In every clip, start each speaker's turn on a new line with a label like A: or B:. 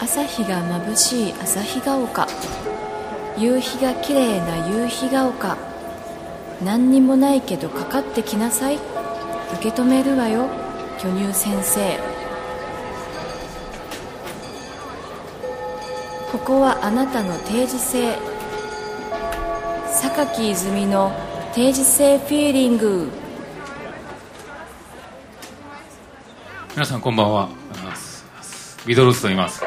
A: 朝日が眩しい朝日が丘夕日が綺麗な夕日が丘何にもないけどかかってきなさい受け止めるわよ巨乳先生ここはあなたの定時性榊泉の定時性フィーリング
B: 皆さんこんばんはビドルスと言います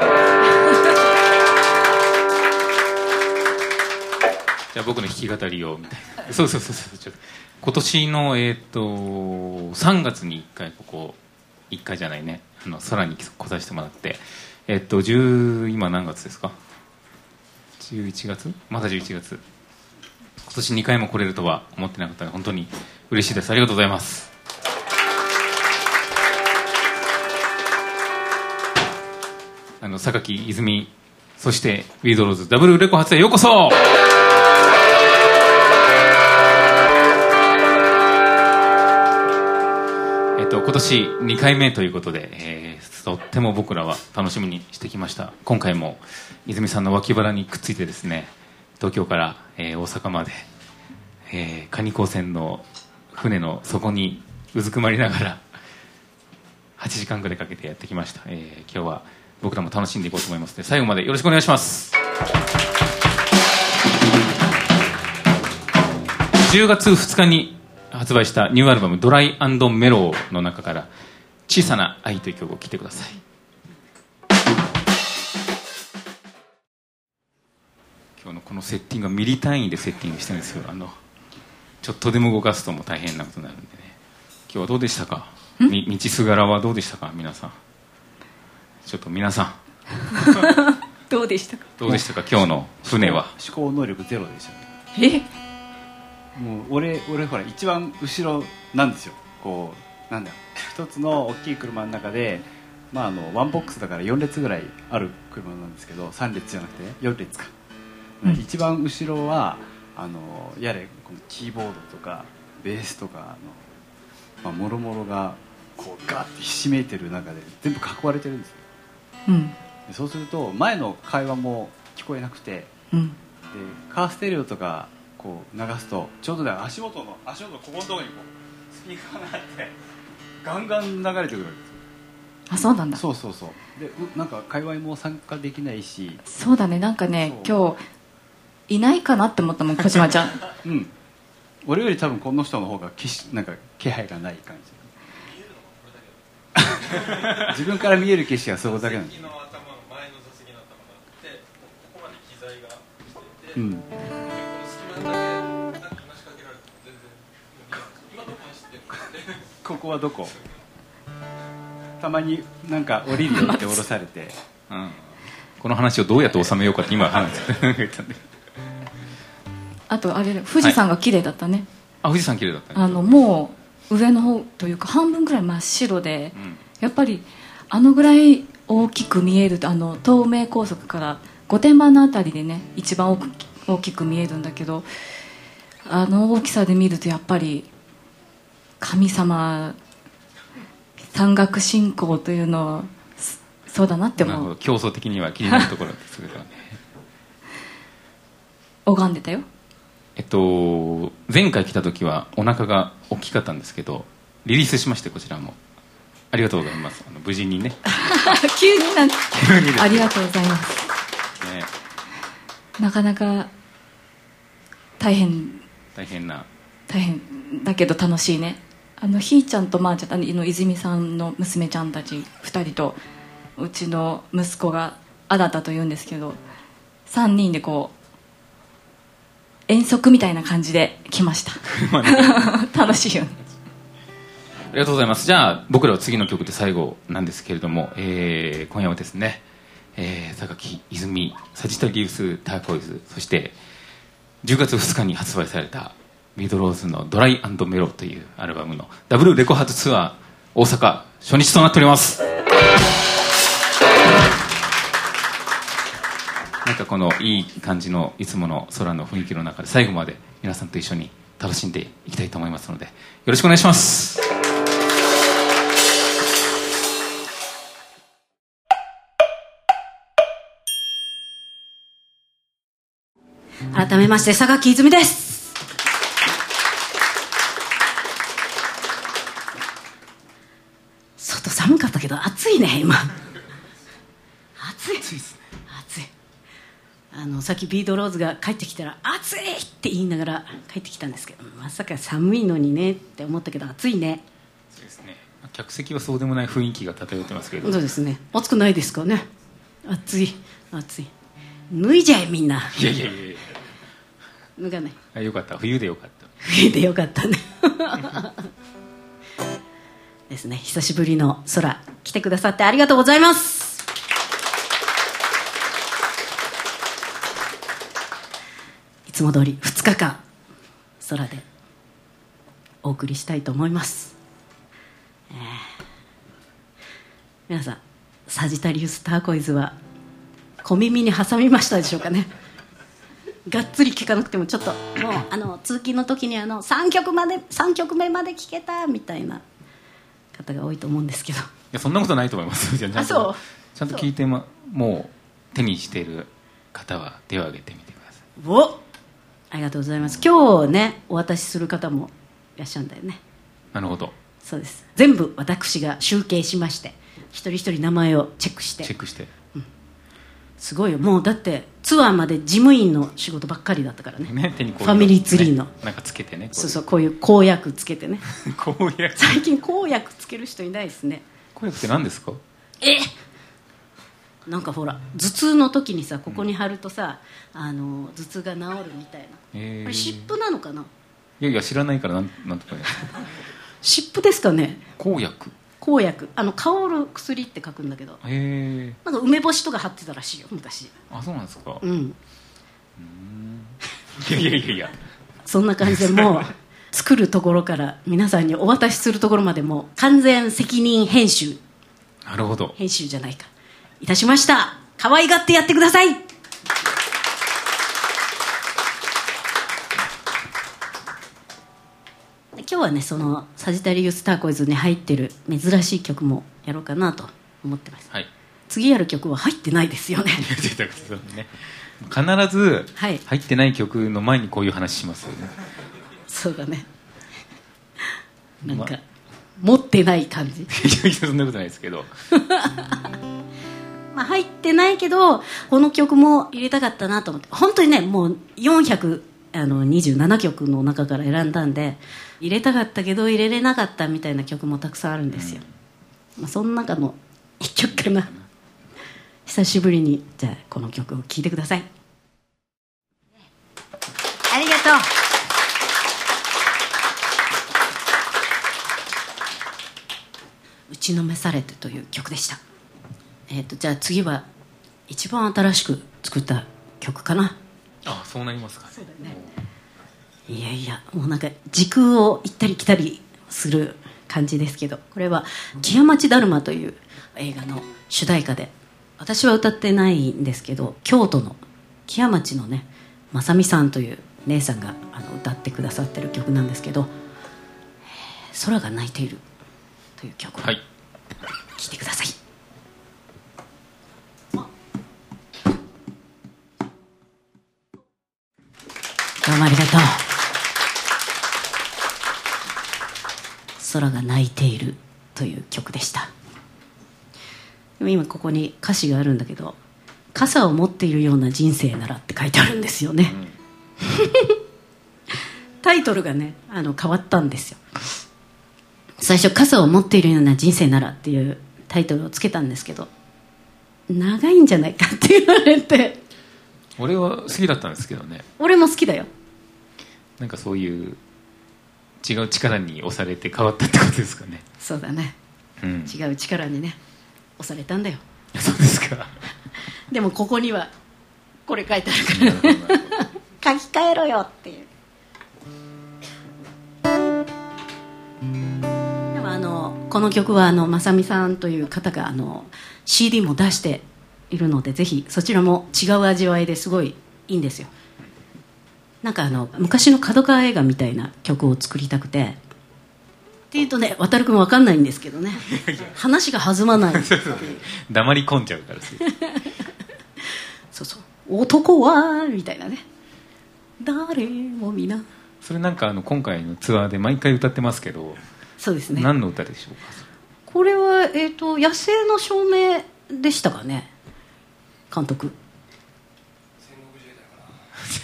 B: じゃあ僕の弾き語りをみたいなそうそうそうそうちょっと今年のえっ、と3月に1回ここ1回じゃないねあのさらに来させてもらってえっ、と10今何月ですか11月まだ11月今年2回も来れるとは思ってなかったので本当に嬉しいですありがとうございますあの榊泉そしてウィードローズダブル売れ子発へようこそえっと今年2回目ということで、えーとっても僕らは楽しみにしてきました今回も泉さんの脇腹にくっついてですね東京から、えー大阪まで、えー、蟹港線の船の底にうずくまりながら8時間ぐらいかけてやってきました、えー今日は僕らも楽しんでいこうと思いますので最後までよろしくお願いします10月2日に発売したニューアルバム「ドライメロー」の中から「小さな愛」という曲を聴いてください今日のこのセッティングはミリ単位でセッティングしてるんですけどあのちょっとでも動かすともう大変なことになるんでね今日はどうでしたかみ道すがらはどうでしたか皆さんちょっと皆さん
C: どうでしたか
B: どうでしたか今日の船は
D: 思考能力ゼロでしたね
C: え
D: もう俺俺ほら一番後ろなんですよこうなんだ一つの大きい車の中でまああのワンボックスだから4列ぐらいある車なんですけど3列じゃなくて、ね、4列か、一番後ろはあのやれこのキーボードとかベースとかあの、まあ、もろもろがこうガーってひしめいてる中で全部囲われてるんですよ
C: うん
D: でそうすると前の会話も聞こえなくて
C: うん
D: でカーステレオとかこう流すとちょうどね足元の足元のここのところにこうスピーカーがあってガンガン流れてくるわけですよ
C: あそうなんだそ
D: そうそうそうでうなんか界隈も参加できないし
C: うだねなんかね今
D: そ
C: 日いないかなって思ったもん小島 ちゃん
D: うん俺より多分この人の方が気しなんか気配がない感じ自分から見える景色はそこだけなんです
E: の頭の前の座席の頭があってここまで機材が来てて、こ
D: うん
E: の隙間だけなんか話しかけられても全然今どこにしてるかって
D: ここはどこたまになんか降りるよって降ろされて
B: うんこの話をどうやって収めようかって今 話して言ったんで
C: あとあれ富士山が綺麗だったね、
B: あ富士山綺麗だったね
C: あのもう上の方というか半分くらい真っ白で、
B: うん
C: やっぱりあのぐらい大きく見えるあの東名高速から御殿場のあたりでね一番大き大きく見えるんだけどあの大きさで見るとやっぱり神様山岳信仰というのはすそうだなって
B: なるほ
C: 思
B: ど
C: う
B: 競争的には気になるところですけ どね
C: 拝んでたよ
B: えっと前回来た時はお腹が大きかったんですけどリリースしましてこちらもありがとうございますあの無事 にね
C: 急になん
B: 急にですね
C: ありがとうございます
B: ね
C: なかなか大変
B: 大変な
C: 大変だけど楽しいねあのひーちゃんとまーちゃんあの泉さんの娘ちゃんたち2人とうちの息子があだたと言うんですけど3人でこう遠足みたいな感じで来 ました 楽しいよね
B: ありがとうございます。じゃあ、僕らは次の曲で最後なんですけれども、えー今夜はですね、えー、榊泉、サジタリウス・ターコイズ、そして、10月2日に発売された、ミドローズのドライメロというアルバムのダブルレコ発ツアー大阪初日となっております。なんかこのいい感じのいつもの空の雰囲気の中で最後まで皆さんと一緒に楽しんでいきたいと思いますのでよろしくお願いします。
F: 改めまして佐垣泉です外寒かったけど暑いね今暑い暑い暑いあのさっきビートローズが帰ってきたら暑いって言いながら帰ってきたんですけどまさか寒いのにねって思ったけど暑いね
B: そうですね客席はそうでもない雰囲気が漂ってますけど
F: そうですね暑くないですかね暑い暑い脱いじゃえみんない
B: やいやいやいや
F: 脱がない
B: あよかった冬でよかった
F: 冬でよかったねですね久しぶりの空来てくださってありがとうございますいつも通り2日間空でお送りしたいと思います、えー皆さんサジタリウスターコイズは小耳に挟みましたでしょうかねがっつり聞かなくてもちょっともうあの通勤の時にあの3曲まで三曲目まで聞けたみたいな方が多いと思うんですけど
B: いやそんなことないと思い ますじゃあちゃん
F: そ
B: と
F: う
B: ちゃんと聞いて、ま、もう手にしている方は手を挙げてみてください
F: おありがとうございます今日ねお渡しする方もいらっしゃるんだよね
B: なるほど
F: そうです全部私が集計しまして一人一人名前をチェックして
B: チェックして
F: すごいよもうだってツアーまで事務員の仕事ばっかりだったからね
B: ね手にこういう
F: ファミリーツリーの
B: ねなんかつけてねこ
F: そうそうこういう公約つけてね
B: うこうやって
F: 最近公約つける人いないですね
B: こうやって何ですか
F: なんかほら頭痛の時にさここに貼るとさ、あの頭痛が治るみたいな、
B: えー
F: あれ湿布なのかない
B: やいや知らないからなんなんとかね
F: 湿布ですかね
B: 公約
F: 抗薬あの香る薬って書くんだけど
B: へえ
F: なんか梅干しとか貼ってたらしいよ昔
B: あそうなんですか、
F: うん
B: いやいやいやいや
F: そんな感じでもう作るところから皆さんにお渡しするところまでもう完全責任編集
B: なるほど
F: 編集じゃないかいたしました可愛がってやってください今日はねそのサジタリウスターコイズに入ってる珍しい曲もやろうかなと思ってます
B: はい
F: 次やる曲は入ってないですよね
B: 出てくるね必ず
F: はい
B: 入ってない曲の前にこういう話しますよね、
F: そうだねなん
B: ま
F: か持ってない感じ
B: いやいやそんなことないですけど
F: まあ、入ってないけどこの曲も入れたかったなと思って本当にねもう427曲の中から選んだんで入れたかったけど入れれなかったみたいな曲もたくさんあるんですよ、まあ、その中の1曲かな久しぶりにじゃあこの曲を聴いてくださいありがとう「打ちのめされて」という曲でしたえー、とじゃあ次は一番新しく作った曲かな
B: あそうなりますかね
F: いやいやもうなんか時空を行ったり来たりする感じですけどこれは「木屋町だるま」という映画の主題歌で私は歌ってないんですけど京都の木屋町のねまさみさんという姉さんがあの歌ってくださってる曲なんですけど「えー空が泣いている」という曲を
B: はい
F: 聴いてくださいどうもありがとう空が泣いているという曲でしたでも今ここに歌詞があるんだけど傘を持っているような人生ならって書いてあるんですよね、 タイトルがねあの変わったんですよ最初傘を持っているような人生ならっていうタイトルをつけたんですけど長いんじゃないかって言われて
B: 俺は好きだったんですけどね
F: 俺も好きだよ
B: なんかそういう違う力に押されて変わったってことですかね
F: そうだね
B: うん
F: 違う力にね押されたんだよ
B: そうですか
F: でもここにはこれ書いてある
B: なるほどなるほど
F: から書き換えろよっていうでもあのこの曲はあのまさみさんという方があの CD も出しているのでぜひそちらも違う味わいですごいいいんですよなんかあの昔の角川映画みたいな曲を作りたくてっていうとね渡るくん分かんないんですけどね話が弾ま ない
B: 黙り 込んじゃうからです
F: そうそう男はみたいなね誰も皆
B: それなんかあの今回のツアーで毎回歌ってますけど、
F: そうですね
B: 何の歌でしょうか
F: これは、えー、と野生の証明でしたかね監督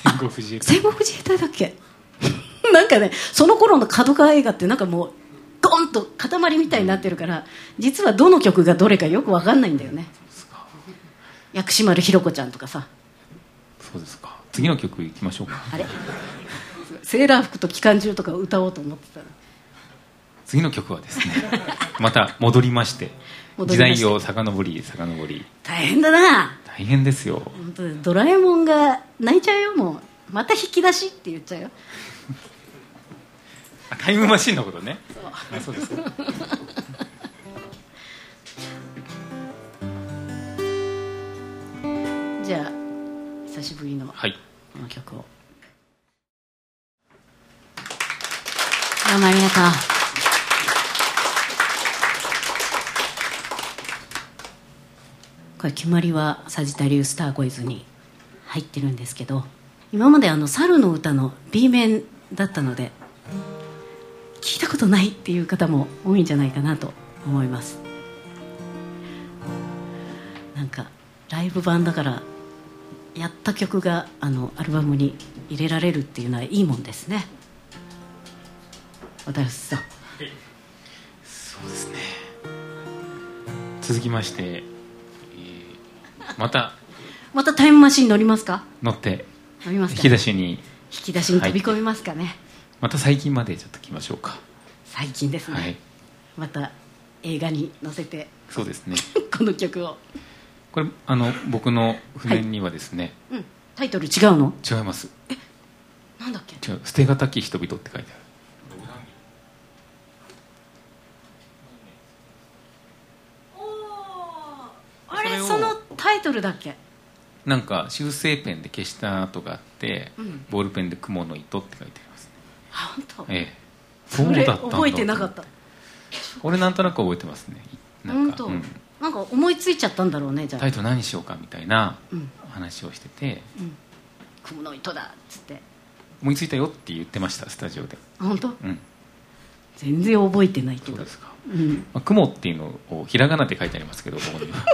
B: 戦国自衛隊
F: 戦国自衛隊だっけ なんかねその頃の角川映画ってなんかもうドンと塊みたいになってるから実はどの曲がどれかよく分かんないんだよね薬師丸ひろ子ちゃんとかさ
B: そうですか次の曲いきましょうか
F: あれセーラー服と機関銃とかを歌おうと思ってたら
B: 次の曲はですね また戻りまして
F: 戻
B: 時
F: りまして
B: 代を遡り遡り
F: 大変だな
B: 大変ですよ
F: 本当だよドラえもんが泣いちゃうよもうまた引き出しって言っちゃうよ
B: あタイムマシンのことねあそうですか
F: じゃあ久しぶりの
B: はい
F: この曲をどうもありがとうこれ決まりはサジタリウスターゴイズに入ってるんですけど今まであの猿の歌の B 面だったので聞いたことないっていう方も多いんじゃないかなと思いますなんかライブ版だからやった曲があのアルバムに入れられるっていうのはいいもんですね渡辺さん
B: そうですね続きまして、えーまた
F: またタイムマシン乗りますか
B: 乗って
F: 乗ります
B: 引
F: か
B: き出しに
F: 引き出しに飛び込みますかね、
B: また最近までちょっと来ましょうか
F: 最近ですね、
B: はい
F: また映画に載せて
B: そうですね
F: この曲を、
B: これあの僕の譜面にはですね、
F: うん、タイトル違うの
B: 違います
F: なんだっけ
B: 違う捨てがたき人々って書いてある
F: あれ
B: それを
F: そのタイトルだっけ
B: なんか修正ペンで消した跡があって、
F: うん
B: ボールペンで「雲の糸」って書いてありますね
F: あ本当
B: ええ
F: それ
B: だったんだ
F: 覚えてなかった
B: 俺なんとなく覚えてますねなん
F: 本
B: か、
F: 当、
B: うん
F: なんか思いついちゃったんだろうねじゃ
B: タ
F: あ
B: イトル何しようかみたいな
F: うん
B: 話をしてて
F: うん雲の糸だっつって
B: 思いついたよって言ってましたスタジオで
F: あ本当
B: うん
F: 全然覚えてないけ
B: そう
F: ど
B: ですか、
F: うん
B: まあ、雲っていうのをひらがなって書いてありますけどここには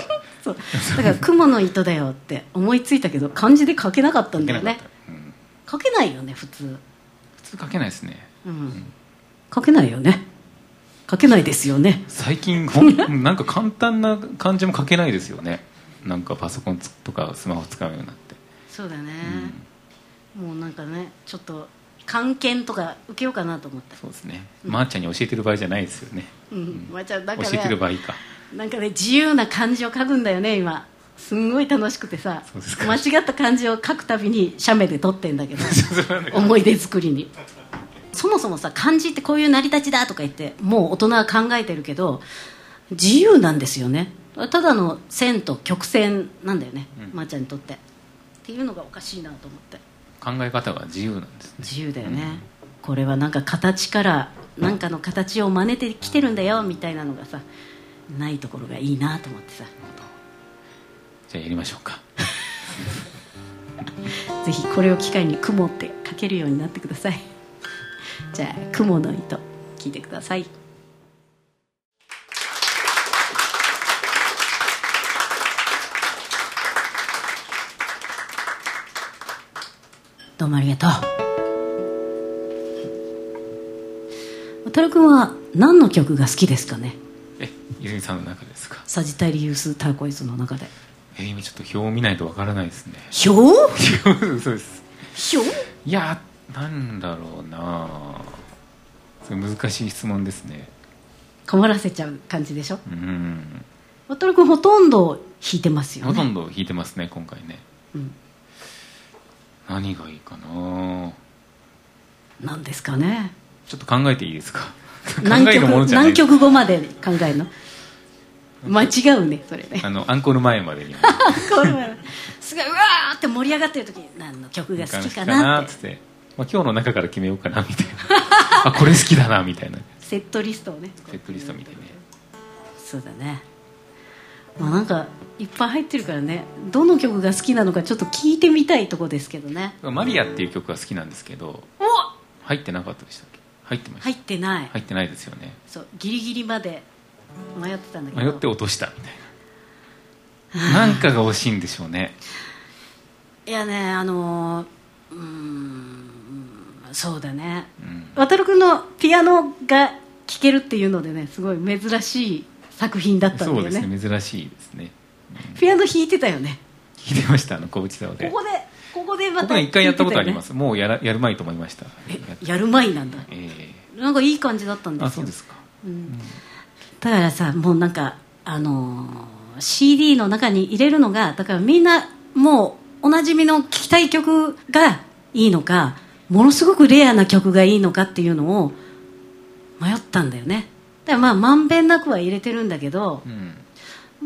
F: そうだから「雲の糸だよ」って思いついたけど漢字で書けなかったんだよ
B: 書けな
F: ね
B: かったうん
F: 書けないよね普通、
B: 普通書けないですね
F: うん、書けないよね書けないですよね
B: 最近ほ んなんか簡単な漢字も書けないですよねなんかパソコンつとかスマホ使うようになって、
F: そうだね
B: う、ん、
F: もうなんかねちょっと漢検とか受けようかなと思った
B: そうですねまー、ちゃんに教えてる場合じゃないですよね
F: うん、まあ、じゃあなん
B: 教
F: か
B: えてる
F: ね
B: 場合か
F: なんかね自由な漢字を書くんだよね今すんごい楽しくてさ
B: そうですか
F: 間違った漢字を書くたびに写メで撮ってんだけ ど
B: そうなんだけど
F: 思い出作りにそもそもさ漢字ってこういう成り立ちだとか言ってもう大人は考えてるけど自由なんですよねただの線と曲線なんだよね、
B: うん
F: まーちゃんにとってっていうのがおかしいなと思って
B: 考え方が自由なんですね
F: 自由だよね、これはなんか形からなんかの形を真似てきてるんだよみたいなのがさないところがいいなと思ってさ
B: じゃあやりましょうか
F: ぜひこれを機会に「雲」って書けるようになってください じゃあ「雲の糸」聞いてくださいどうもありがとう渡るくんは何の曲が好きですかね
B: え泉さんの中ですか
F: サジタリウス・ターコイズの中で
B: え今ちょっと表を見ないとわからないですね
F: ひょう
B: そうです
F: ひょう
B: いやなんだろうなそれ難しい質問ですね
F: 困らせちゃう感じでしょ
B: うん
F: 渡るくんほとんど弾いてますよね
B: ほとんど弾いてますね今回ね
F: うん
B: 何がいいかな
F: なんですかね
B: ちょっと考えていい ですか
F: 何
B: 考え
F: 曲
B: るものじゃない
F: 何曲後まで考えるの間違うねそれね
B: あのアンコール前までに
F: これはすごいうわーって盛り上がってる時に何の 曲が好きかな
B: っ
F: って
B: つって、まあ、今日の中から決めようかなみたいな あこれ好きだなみたいな
F: セットリストをね
B: セットリストみたいなね
F: そうだねまあ、なんかいっぱい入ってるからねどの曲が好きなのかちょっと聞いてみたいとこですけどね
B: マリアっていう曲が好きなんですけど入ってなかったでしたっけ入ってました、
F: 入ってない、
B: 入ってないですよね
F: そうギリギリまで迷ってたんだけ
B: 迷
F: ど
B: って落としたみたいななんかが惜しいんでしょうね
F: いやねあのーうーんそうだね
B: うん
F: 渡るくんのピアノが聴けるっていうのでねすごい珍しい作品だったんだ
B: そ
F: よ
B: うで
F: ね
B: すね珍しいですね
F: ピアノ弾いてたよね
B: 聞いてましたあの小渕沢で
F: ここでここでま
B: 僕
F: た
B: は一回やったことありますす、もうやらやるまいと思いましたやっ
F: やる前なんだ
B: え
F: なんかいい感じだったん
B: え
F: ですよ
B: あそうですか
F: うんだからさもうなんかあのー CD の中に入れるのがだからみんなもうおなじみの聴きたい曲がいいのかものすごくレアな曲がいいのかっていうのを迷ったんだよねだからまあまんべんなくは入れてるんだけど
B: うん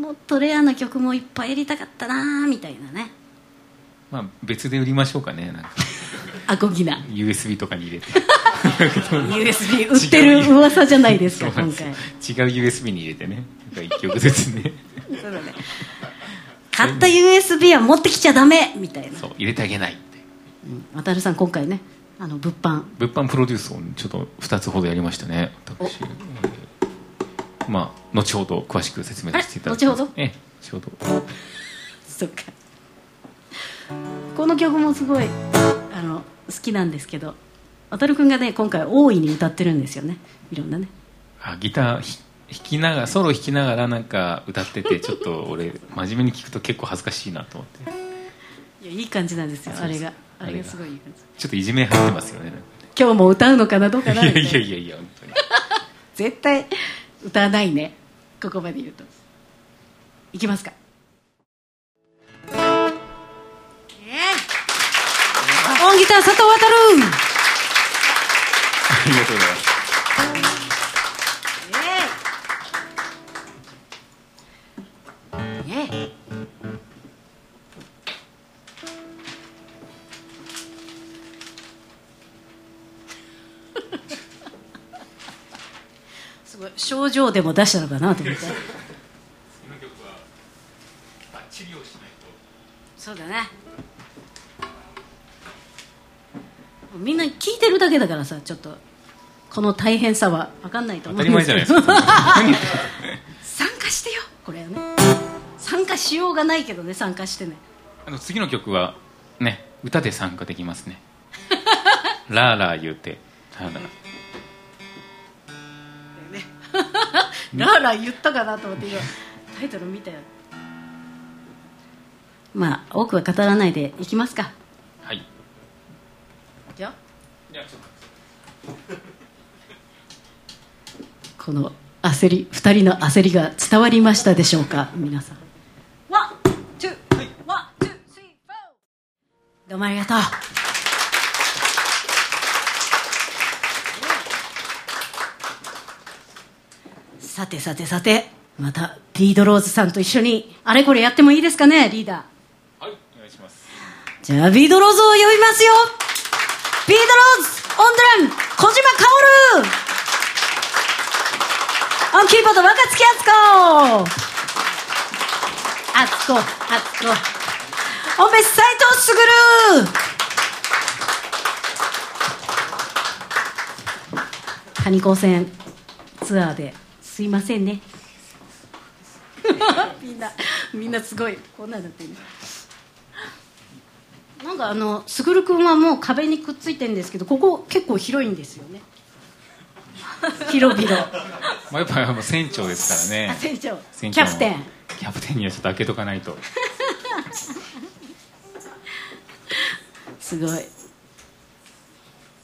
F: もっとレアな曲もいっぱい入れたかったなーみたいなね
B: まあ別で売りましょうかねなんか
F: アコギな
B: USB とかに入れて
F: USB 売ってる噂じゃないですか
B: そうなん
F: 今
B: ですよ
F: 回
B: 違う USB に入れてねなんか1曲ずつね
F: そうだね買った USB は持ってきちゃダメみたいな
B: そう入れてあげないって
F: うん渡るさん今回ねあの物販
B: 物販プロデュースをちょっと2つほどやりましたね私まあ後ほど詳しく説明させていただきます
F: あ後ほど
B: ええ後ほど
F: そっかこの曲もすごいあの好きなんですけど渡るくんがね今回大いに歌ってるんですよねいろんなね
B: あギターひ弾きながらソロ弾きながらなんか歌って てちょっと俺真面目に聞くと結構恥ずかしいなと思って
F: いやいい感じなんですよ
B: そうそ
F: あ
B: う
F: れがあ
B: あれが
F: れがすごいいい感じ
B: ちょっといじめ入ってますよね
F: 今日も歌うのかなどうか
B: なん
F: な
B: か
F: み
B: ね
F: た
B: い
F: い
B: や
F: な
B: や
F: い
B: いやいや本当に
F: 絶対歌わないねここまで言うといきますかええ音ギター佐藤渡る
B: ありがとうございます
F: イエイイエイ すごい症状でも出したのかなと思ってそうだねみんな聞いてるだけだからさちょっとこの大変さは分かんないと
B: 当
F: 思
B: た
F: う
B: り
F: んで
B: 前
F: す
B: じゃない
F: けど
B: ですか
F: 参加してよこれはね参加しようがないけどね参加してね
B: あの次の曲はね歌で参加できます ねラーラー言うてラーラー
F: ラーラー言ったかなと思って今タイトル見たよまあ多くは語らないでいきますか
B: はい
F: じゃ
B: いやちょっと
F: この焦り2人の焦りが伝わりましたでしょうか皆さんワンツーワンツースリーフォーどうもありがとうさてさてさてまたリードローズさんと一緒にあれこれやってもいいですかねリーダ
B: はいお願いします
F: ーじゃあビードローズを呼びますよビードローズオンドラム小島薫オンキーボード若月敦子敦子敦子オンベース斎藤卓谷高専ツアーですいませんね みんなみんなすごいこんなんなってるなんかあの卓君はもう壁にくっついてるんですけどここ結構広いんですよね広々
B: まあやっぱあの船長ですから
F: あ
B: ね
F: 船長
B: 船
F: キ
B: 長
F: ャ
B: の
F: プテン
B: キャプテンにはちょっと開けとかない と
F: すごい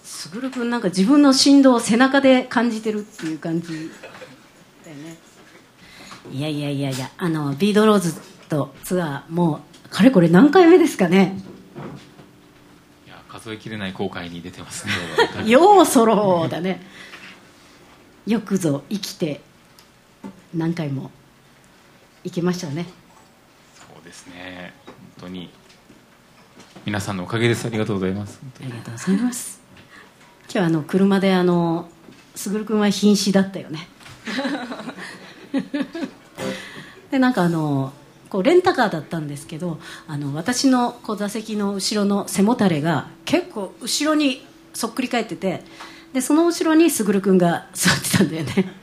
F: すぐるくんなんか自分の振動を背中で感じてるっていう感じだよねいやいやいやいやあのビードローズとツアーもうかれこれ何回目ですかね
B: いや数えきれない後悔に出てますね
F: ようそろうだねよくぞ生きて何回も行けましたね
B: そうですね本当に皆さんのおかげですありがとうございます本当
F: あ
B: に
F: りがとうございます。今日はあの車であのすぐるくんは瀕死だったよね。 でなんかあのこうレンタカーだったんですけどあの私のこう座席の後ろの背もたれが結構後ろにそっくり返っててでその後ろに卓君が座ってたんだよね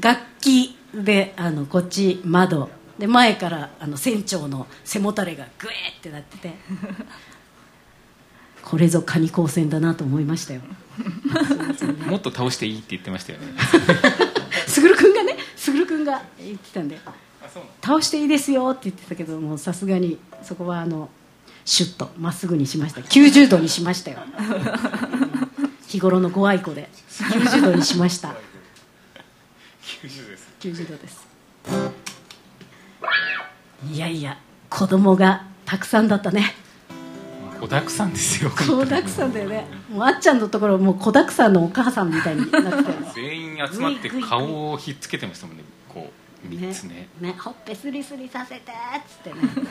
F: 楽器であのこっち窓で前からあの船長の背もたれがグエーってなっててこれぞカニ光線だなと思いましたよ
B: もっと倒していいって言ってましたよね
F: 卓君がね卓君が言ってたんで
B: あそうなの
F: 倒していいですよって言ってたけどもうさすがにそこはあのシュッとまっすぐにしました90度にしましたよ日頃のご愛顧で90度にしました
B: 90です
F: 90度ですいやいや子供がたくさんだっ たね
B: 子だくさんですよ
F: 子だくさんだよねもうあっちゃんのところもう子だくさんのお母さんみたいになってたよね
B: 全員集まって顔をひっつけてましたもんねこう3つね
F: ねほっぺスリスリさせてっつってね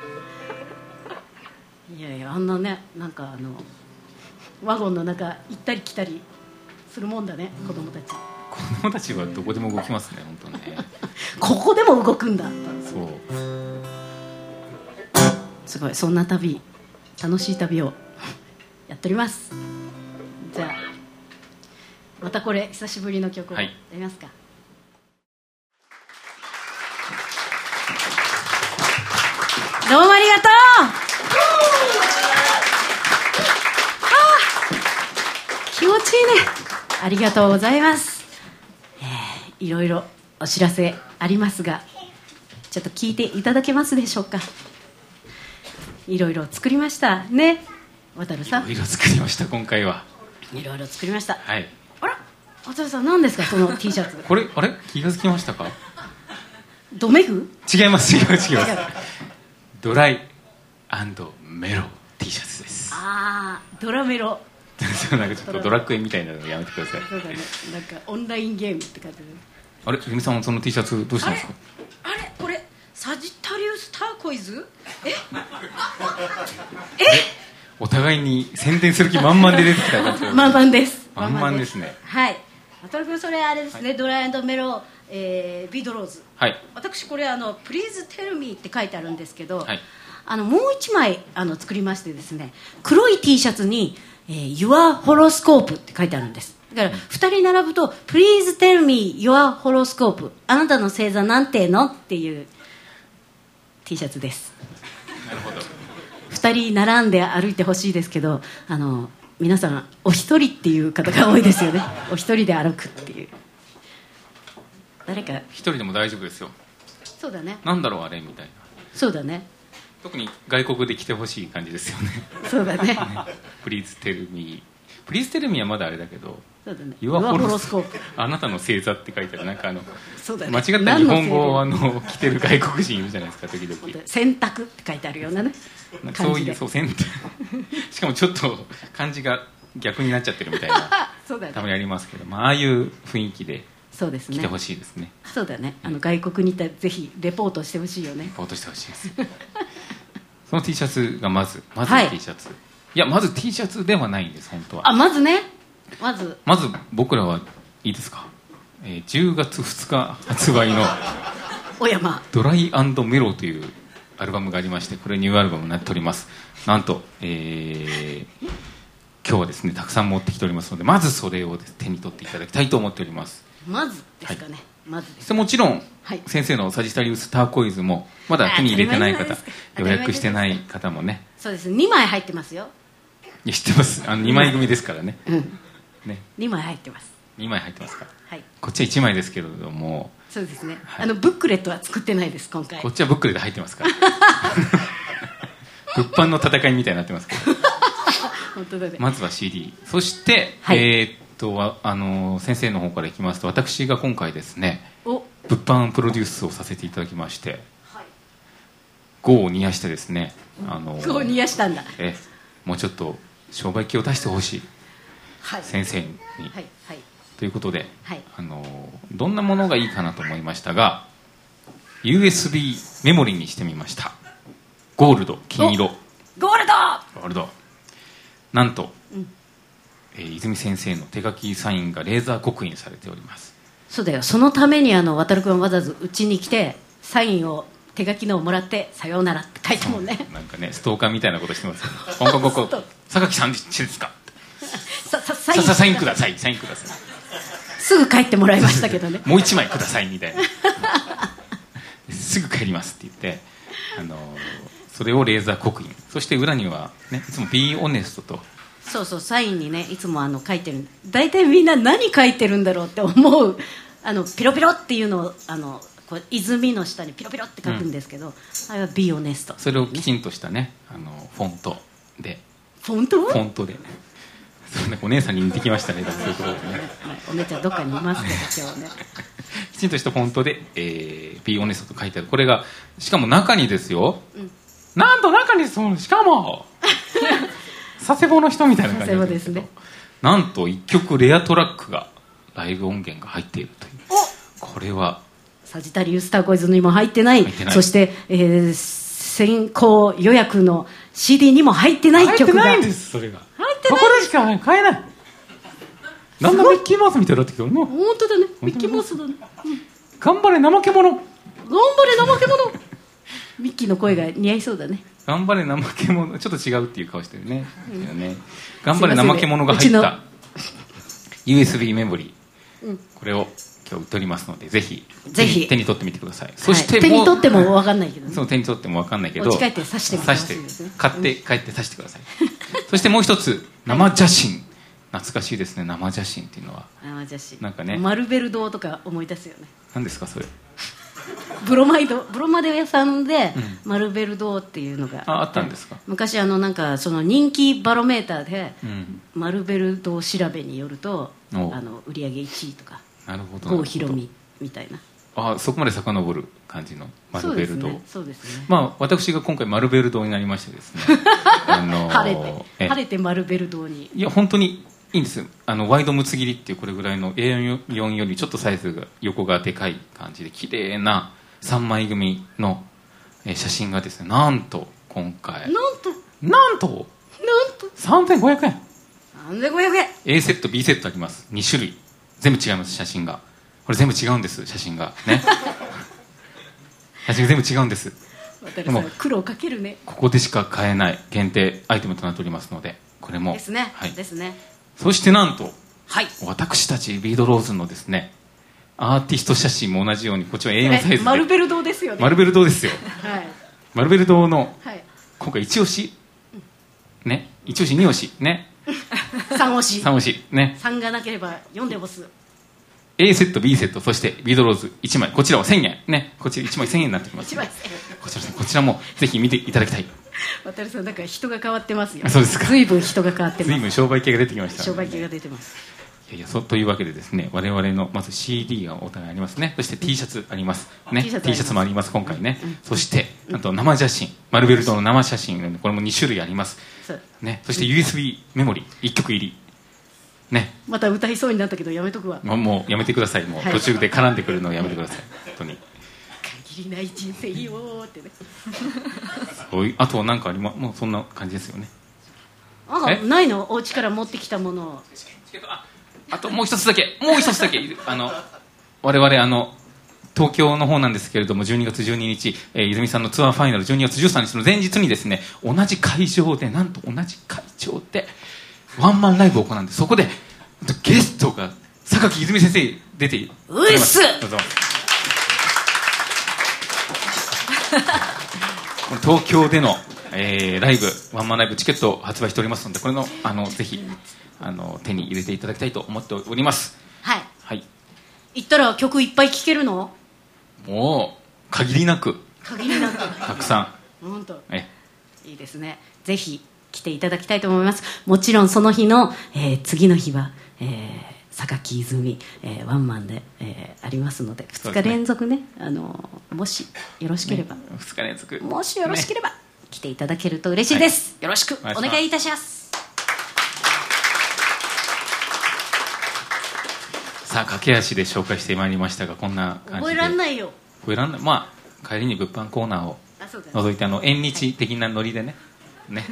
F: いやいやあんなねなんかあのワゴンの中行ったり来たりするもんだね子供たち
B: 子供たちはどこでも動きますね本当ね
F: ここでも動くんだ
B: そう
F: すごいそんな旅楽しい旅をやってお りますじゃあまたこれ久しぶりの曲を
B: は
F: や
B: い
F: りますか、どうもありがとうあー気持ちいいねありがとうございます、えーいろいろお知らせありますがちょっと聞いていただけますでしょうかいろいろ作りましたね渡るさん
B: 色々作りました今回はい
F: ろいろ作りました
B: はい
F: あら渡るさん何ですかその T シャツ
B: これあれ気がつきましたか
F: ドメグ
B: 違います違います違いますドライメロ T シャツです
F: ああドラメロ
B: そうなんかちょっとドラクエみたいなのやめてください
F: そうだねなんかオンラインゲームって感じで
B: あれゆみさんはその T シャツどうしたんですか
F: あれこれサジタリウスターコイズ
B: お互いに宣伝する気満々で出てきた感じ が
F: 満々です
B: 満々ですね
F: はい渡る君それあれですね、ドラメロ、えー、ビードローズ
B: はい
F: 私これあの「Please tell me」って書いてあるんですけど、
B: はい
F: あのもう一枚あの作りましてですね黒い T シャツに「えー Your Horoscope」って書いてあるんですだから2人並ぶと「Please tell me your horoscope」あなたの星座なんてのっていう T シャツです
B: なるほど
F: 2人並んで歩いてほしいですけどあの皆さんお一人っていう方が多いですよねお一人で歩くっていう誰か
B: 一人でも大丈夫ですよ
F: そうだね
B: なんだろうあれみたいな
F: そうだね
B: 特に外国で着てほしい感じですよね
F: そうだね
B: プリーズテルミプリーズテルミはまだあれだけど
F: そうだね。
B: Your
F: ユア
B: horoscope あなたの星座って書いてあるなんかあの
F: そうだね。
B: 間違った日本語をあ
F: 何の
B: の着てる外国人いるじゃないですか時々
F: せいで。選択って書いてあるようなね。
B: なん か
F: 感
B: そう
F: じ
B: い
F: で
B: うそう先端しかもちょっと漢字が逆になっちゃってるみたい な
F: そうだ
B: たま
F: ね。
B: にありますけど、まあ、ああいう雰囲気で
F: そうです
B: 来
F: ね
B: て。ほしいですね
F: そうだね。あの外国にいたらぜひレポートしてほしいよね。
B: ポートしてほしいです その T シャツがまずまず
F: はい
B: T シャツ、い、やまず T シャツではないんです本当
F: あ
B: は
F: まずね。まず
B: まず僕らはいいですか、えー10月2日発売の
F: お山。
B: 「ドライメロ」というアルバムがありましてこれニューアルバムになっておりますなんと、えー今日はですねたくさん持ってきておりますのでまずそれをです手に取っていただきたいと思っております
F: まずですかね。まずで
B: そし
F: す。
B: てもちろん、
F: はい
B: 先生の「サジタリウス・ターコイズも」まだ手に入れてない
F: あ
B: 方
F: 当たり前じゃ
B: 予
F: ないですか
B: 約してない方もね
F: そうです。二枚入ってますよ。
B: いや知ってますあの2枚組ですからね,、
F: うん。
B: ね
F: 二枚入ってます。
B: 2枚入ってますから
F: はい。
B: こっちは1枚ですけれども
F: そうですね。
B: はい
F: あのブックレットは作ってないです今回
B: こっ。ちはブックレで入ってますから 物販の戦いみたいになってますけど
F: 本当だね。
B: まずは CD そして、
F: はい
B: えーっとわあのー先生の方からいきますと私が今回ですね
F: お。
B: 物販プロデュースをさせていただきまして業を煮やしてですねあのー
F: こう煮やしたんだ。
B: えもうちょっと商売気を出してほしい
F: はい。
B: 先生に、
F: はいはい。
B: ということで、
F: はい
B: あのーどんなものがいいかなと思いましたが USB メモリにしてみましたゴールド金色
F: ゴールド。
B: ゴールドなんと、
F: うん
B: えー泉先生の手書きサインがレーザー刻印されております
F: そうだよそのためにあの渡君はわざわざうちに来てサインを手書きのをもらって「さようなら」って書いたもんね
B: なんかねストーカーみたいなことしてますよね「こんこんこんこん榊さんですか?」
F: ささサ
B: さ
F: イン
B: さサインくださいサインください
F: すぐ帰ってもらいましたけどね
B: もう一枚くださいみたいなすぐ帰りますって言ってあのそれをレーザー刻印そして裏には、ね、いつも「ビーオネストと
F: そうそうサインにねいつもあの書いてる大体みんな何書いてるんだろうって思うあのピロピロっていうのをあのこう泉の下にピロピロって書くんですけど、あれは「ビオネスト」
B: それをきちんとしたねあのフォントで
F: 本当
B: フォントでそうねお姉さんに似てきましたねだからそういうことでね
F: お姉ちゃんどっかにいますけど今日ね
B: きちんとしたフォントで「えー、ビーオネスト」と書いてあるこれがしかも中にですよ、なんと中にそのしか も佐世保の人みたいな感じなんけど
F: 佐世保ですね
B: なんと1曲レアトラックがライブ音源が入っているというこれは
F: サジタリウスターコイズにも入ってない
B: 入ってない
F: そして、えー先行予約の CD にも入ってない
B: 入って
F: 曲が
B: ないんですそれが
F: 入ってない
B: ここでしか買えないだんだんミッキーマウスみたいになってきたもう
F: 本当だねミッキーモースだね
B: 頑張れ怠け者
F: 頑張れ怠 け者ミッキーの声が似合いそうだね
B: 頑張れ怠け者ちょっと違うっていう顔してるね,、ね頑張れ怠け者が入っ
F: すいません
B: た USB メモリー、
F: うん
B: これを今日売っておりますのでぜひ
F: ぜひ
B: 手に取ってみてくださいそして、
F: はい手に取っても
B: わ
F: 分かんないけどね
B: そう手に取っても分かんないけど
F: 持ち帰って刺してみてほしい
B: 刺
F: ですね
B: 買って帰って刺してください そしてもう一つ生写真懐かしいですね生写真っていうのは
F: ああじゃあし
B: なんかね
F: マルベル堂とか思い出すよね
B: 何ですかそれ
F: ブロマイドブロマデ屋さんで、
B: う
F: マルベル堂っていうのが
B: ああったんですか
F: 昔あのなんかその人気バロメーターで、
B: うん
F: マルベル堂調べによるとあ
B: お
F: の売り上げ1位とか
B: なるほどなるほ
F: 郷
B: ど
F: ひろみみたいな
B: あそこまで遡る感じのマルベル堂、
F: そうですねそうですね
B: まあ私が今回マルベル堂になりましてです ねあのー
F: 晴れて、
B: ええ
F: 晴れてマルベル堂に
B: いや本当にいいんですよあのワイドムツ切りっていうこれぐらいの A4 よりちょっとサイズが横がでかい感じで綺麗な3枚組のえー写真がですねなんと今
F: な
B: 回
F: んと
B: なんと
F: なんと
B: 3500円
F: 3500円
B: A セット B セットあります2種類全部違います写真がこれ全部違うんです写真が ね写真が全部違うんです
F: 渡
B: で
F: さ
B: も
F: ん苦労かけるね
B: ここでしか買えない限定アイテムとなっておりますのでこれも
F: ですね、
B: はい、
F: ですね
B: そしてなんと
F: はい
B: 私たちビードローズのですねアーティスト写真も同じようにこっちは A4 サイズで
F: マルベル堂ですよね
B: マルベル堂ですよ
F: はい
B: マルベル堂の
F: はい
B: 今回一押しね一押し二押しね
F: 3押し
B: 三押しね
F: 3がなければ4で 押す
B: A セット B セットそしてビードローズ1枚こちらは1000円ねこちら1枚1000円になってきます
F: 1枚
B: こちらこちらもぜひ見ていただきたい
F: 渡さんだから人が変わってますよ
B: そうですか
F: 随分人が変わってま
B: 随
F: す
B: 分商売系が出てきました
F: 商売系が出てます
B: いやいやそうというわけでですね我々のまず CD がお互いありますねそして T シャツありますね
F: T
B: T
F: シ
B: シ
F: ャツあります
B: ャツもあります今回ね、そしてあと生写真マルベルトの生写真これも2種類あります
F: そう
B: ねそして USB メモリ1曲入りね
F: また歌いそうになったけどやめとくわ
B: もうもうやめてくださいもう
F: はい
B: 途中で絡んでくるのをやめてください本当に
F: 限りない人生よーってね
B: そういあとなんかありまもうそんな感じですよね
F: あ
B: え
F: ないのお家から持ってきたものを
B: ああともう一つだけもう一つだけあの我々あの東京の方なんですけれども12月12日、えー泉さんのツアーファイナル12月13日の前日にですね同じ会場でなんと同じ会場でワンマンライブを行うんでそこでゲストが榊泉先生出て
F: ういっす
B: くれますどうぞ東京での、えーライブワンマンライブチケットを発売しておりますのでこれのあのぜひあの手に入れていただきたいと思っております
F: はい
B: はい
F: 行ったら曲いっぱい聴けるの
B: もう限りなく
F: 限りな く
B: たくさ
F: 本当
B: んえ
F: いいですねぜひ来ていただきたいと思いますもちろんその日の、えー次の日は、えー榊泉、えーワンマンで、えーありますので
B: そ
F: 2
B: うで
F: 日
B: すね
F: 連続ねあのーもしよろしければ、
B: 2日連続
F: もしよろしけ
B: れ
F: れば、来ていただけると嬉しいです、よろしく
B: お願いし
F: お
B: ます
F: 願いいたします
B: ば、さあ駆け足で紹介してまいりましたがこんな感じで
F: 覚えらんないよ
B: 覚えらんないまあ帰りに物販コーナーを
F: あそうだね
B: 覗いてあの縁日的なノリでねね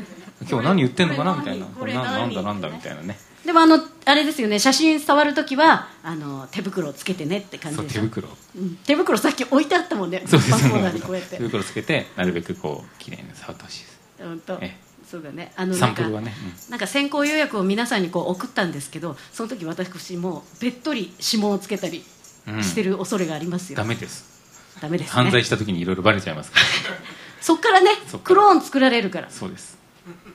B: 今日何言ってんのかなみたいな
F: こ
B: こ
F: れ
B: れ
F: 何
B: ななんだなんだ
F: これ何
B: みたいなね
F: でもあのあれですよね写真触るときはあの手袋をつけてねって感じ
B: そう
F: で
B: 手
F: しょ
B: 袋
F: うん手袋さっき置いてあったもんね
B: そうです
F: バスコーナーにこうやっ て
B: 手袋つけてなるべくこう綺麗に触ってほしいです
F: 本当
B: ええ
F: そうだねあの
B: サ
F: な
B: ン
F: ん
B: プ
F: か
B: ルはね、
F: なんか先行予約を皆さんにこう送ったんですけどその時私もうべっとり指紋をつけたり
B: うんうん
F: してる恐れがありますよ、
B: ダメです
F: ダメですね
B: 犯罪した時にいろいろバレちゃいますから
F: そっからね
B: そっか
F: ク
B: ら
F: ローン作られるから
B: そうです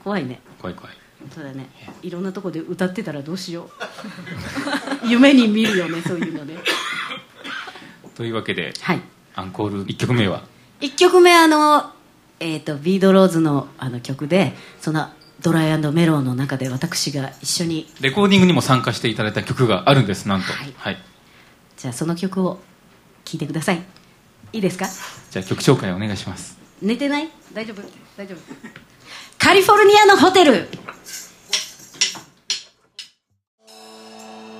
F: 怖いね
B: 怖い怖い
F: そうだねいろんなとこで歌ってたらどうしよう 夢に見るよねそういうのね
B: というわけで
F: はい
B: アンコール1曲目は
F: 1曲目あの、えー、とビードローズのあの曲でそのドライメロンの中で私が一緒に
B: レコーディングにも参加していただいた曲があるんですなんと
F: はい
B: はい、
F: じゃあその曲を聴いてくださいいいですか
B: じゃあ曲紹介お願いします
F: 寝てない大丈夫大丈夫カリフォルニアのホテル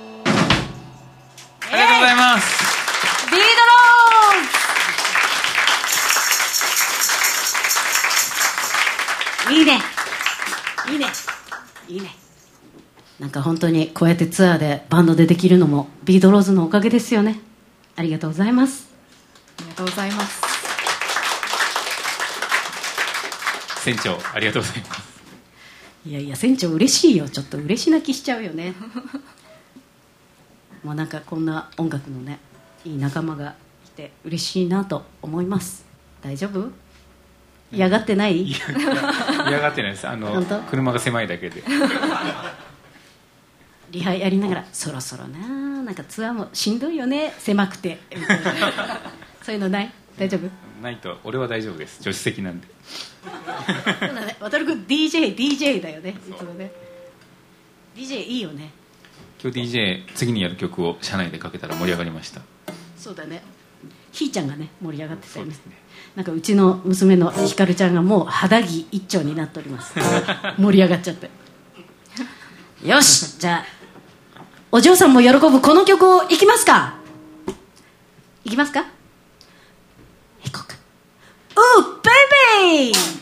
B: ありがとうございます
F: ビードローズいいねいいねいいねなんか本当にこうやってツアーでバンドでできるのもビードローズのおかげですよねありがとうございます
C: りがとうございます
B: 船長ありがとうございます
F: いやいや船長嬉しいよちょっと嬉し泣きしちゃうよねもうなんかこんな音楽のねいい仲間がいて嬉しいなと思います大丈夫嫌がってない
B: いや嫌がってないですあの
F: 本当
B: 車が狭いだけで
F: リハやりながらそろそろななんかツアーもしんどいよね狭くて みたいなそういうのない大丈夫
B: ないと俺は大丈夫です助手席なんで
F: そうだね渡る君 DJDJ だよねいつもね DJ いいよね
B: 今日 DJ 次にやる曲を車内でかけたら盛り上がりました
F: そうだねひーちゃんがね盛り上がってた
B: そ
F: よ
B: うで
F: ね
B: すね
F: なんかうちの娘のひかるちゃんがもう肌着一丁になっております 盛り上がっちゃってよしじゃあお嬢さんも喜ぶこの曲をいきますかいきますかいこうかうーベイベー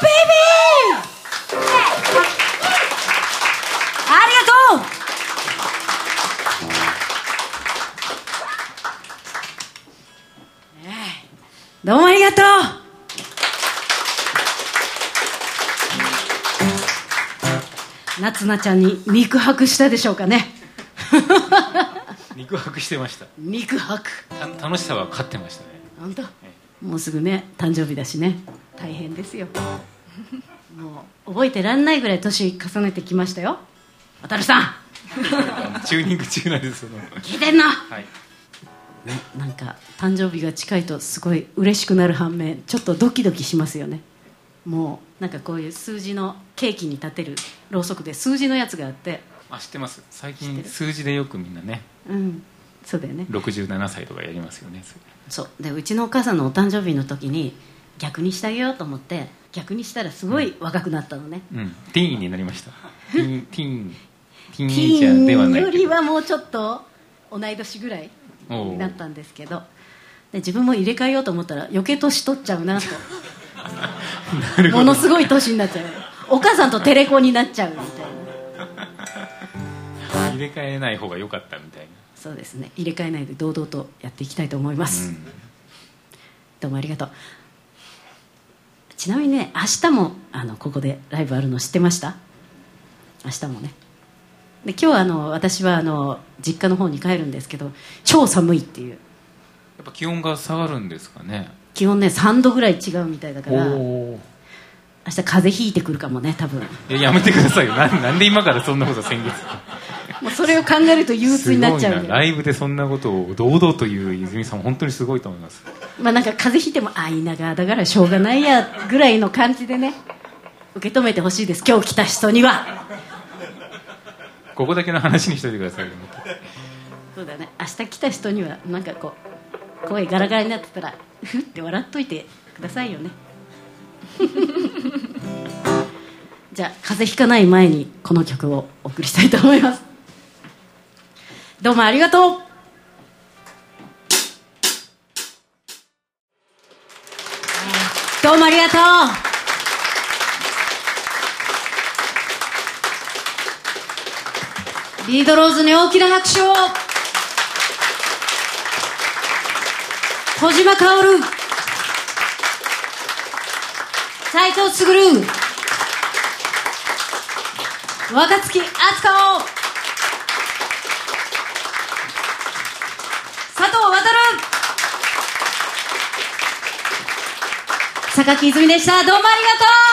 F: ベイビーありがとうどうもありがとう夏菜ちゃんに肉薄したでしょうかね
B: 肉薄してました
F: 肉薄
B: た楽しさは勝ってましたね
F: 本当もうすぐね誕生日だしね大変ですよ もう覚えてらんないぐらい年重ねてきましたよ渡るさん
B: チューニング中なんですその
F: 聞いてんの
B: はい
F: なんか誕生日が近いとすごい嬉しくなる反面ちょっとドキドキしますよねもうなんかこういう数字のケーキに立てるろうそくで数字のやつがあって
B: あ知ってます最
F: 知っ
B: 近
F: てる
B: 数字でよくみんなね
F: うんそうだよね
B: 67歳とかやりますよね
F: そうでうちのお母さんのお誕生日の時に逆にしてあげようと思って逆にしたらすごい若くなったのね、
B: うんティーンになりましたティーンティーンティーンエ
F: テ
B: イ
F: ィ
B: ジャーで
F: ー
B: は
F: ン
B: ない
F: よ
B: けど
F: りはもうちょっと同い年ぐらい
B: おう
F: になったんですけどで自分も入れ替えようと思ったら余計年取っちゃうなとものすごい年になっちゃうお母さんとテレコになっちゃうみたいな
B: 入れ替えない方が良かったみたいな
F: そうですね入れ替えないで堂々とやっていきたいと思います、
B: うん
F: どうもありがとうちなみにね明日もあのここでライブあるの知ってました明日もねで今日あの私はあの実家の方に帰るんですけど超寒いっていう
B: やっぱ気温が下がるんですかね
F: 気温ね3度ぐらい違うみたいだから明
B: お
F: 日風邪ひいてくるかもね多分
B: ややめてくださいよななんで今からそんなこと宣言する
F: もうそれを考えると憂鬱になっちゃ
B: す
F: う
B: ごいな
F: んで
B: ライブでそんなことを堂々と言う泉さん本当にすごいと思います
F: まあなんか風邪ひいてもあいながらだからしょうがないやぐらいの感じでね受け止めてほしいです今日来た人には
B: ここだけの話にしといてくださいよ本当に
F: そうだね明日来た人にはなんかこう声ガラガラになってたらふって笑っといてくださいよね じゃあ風邪ひかない前にこの曲をお送りしたいと思いますどうもありがとうどうもありがとうリードローズに大きな拍手を小島薫斉藤卓若月敦子佐藤航榊泉でしたどうもありがとう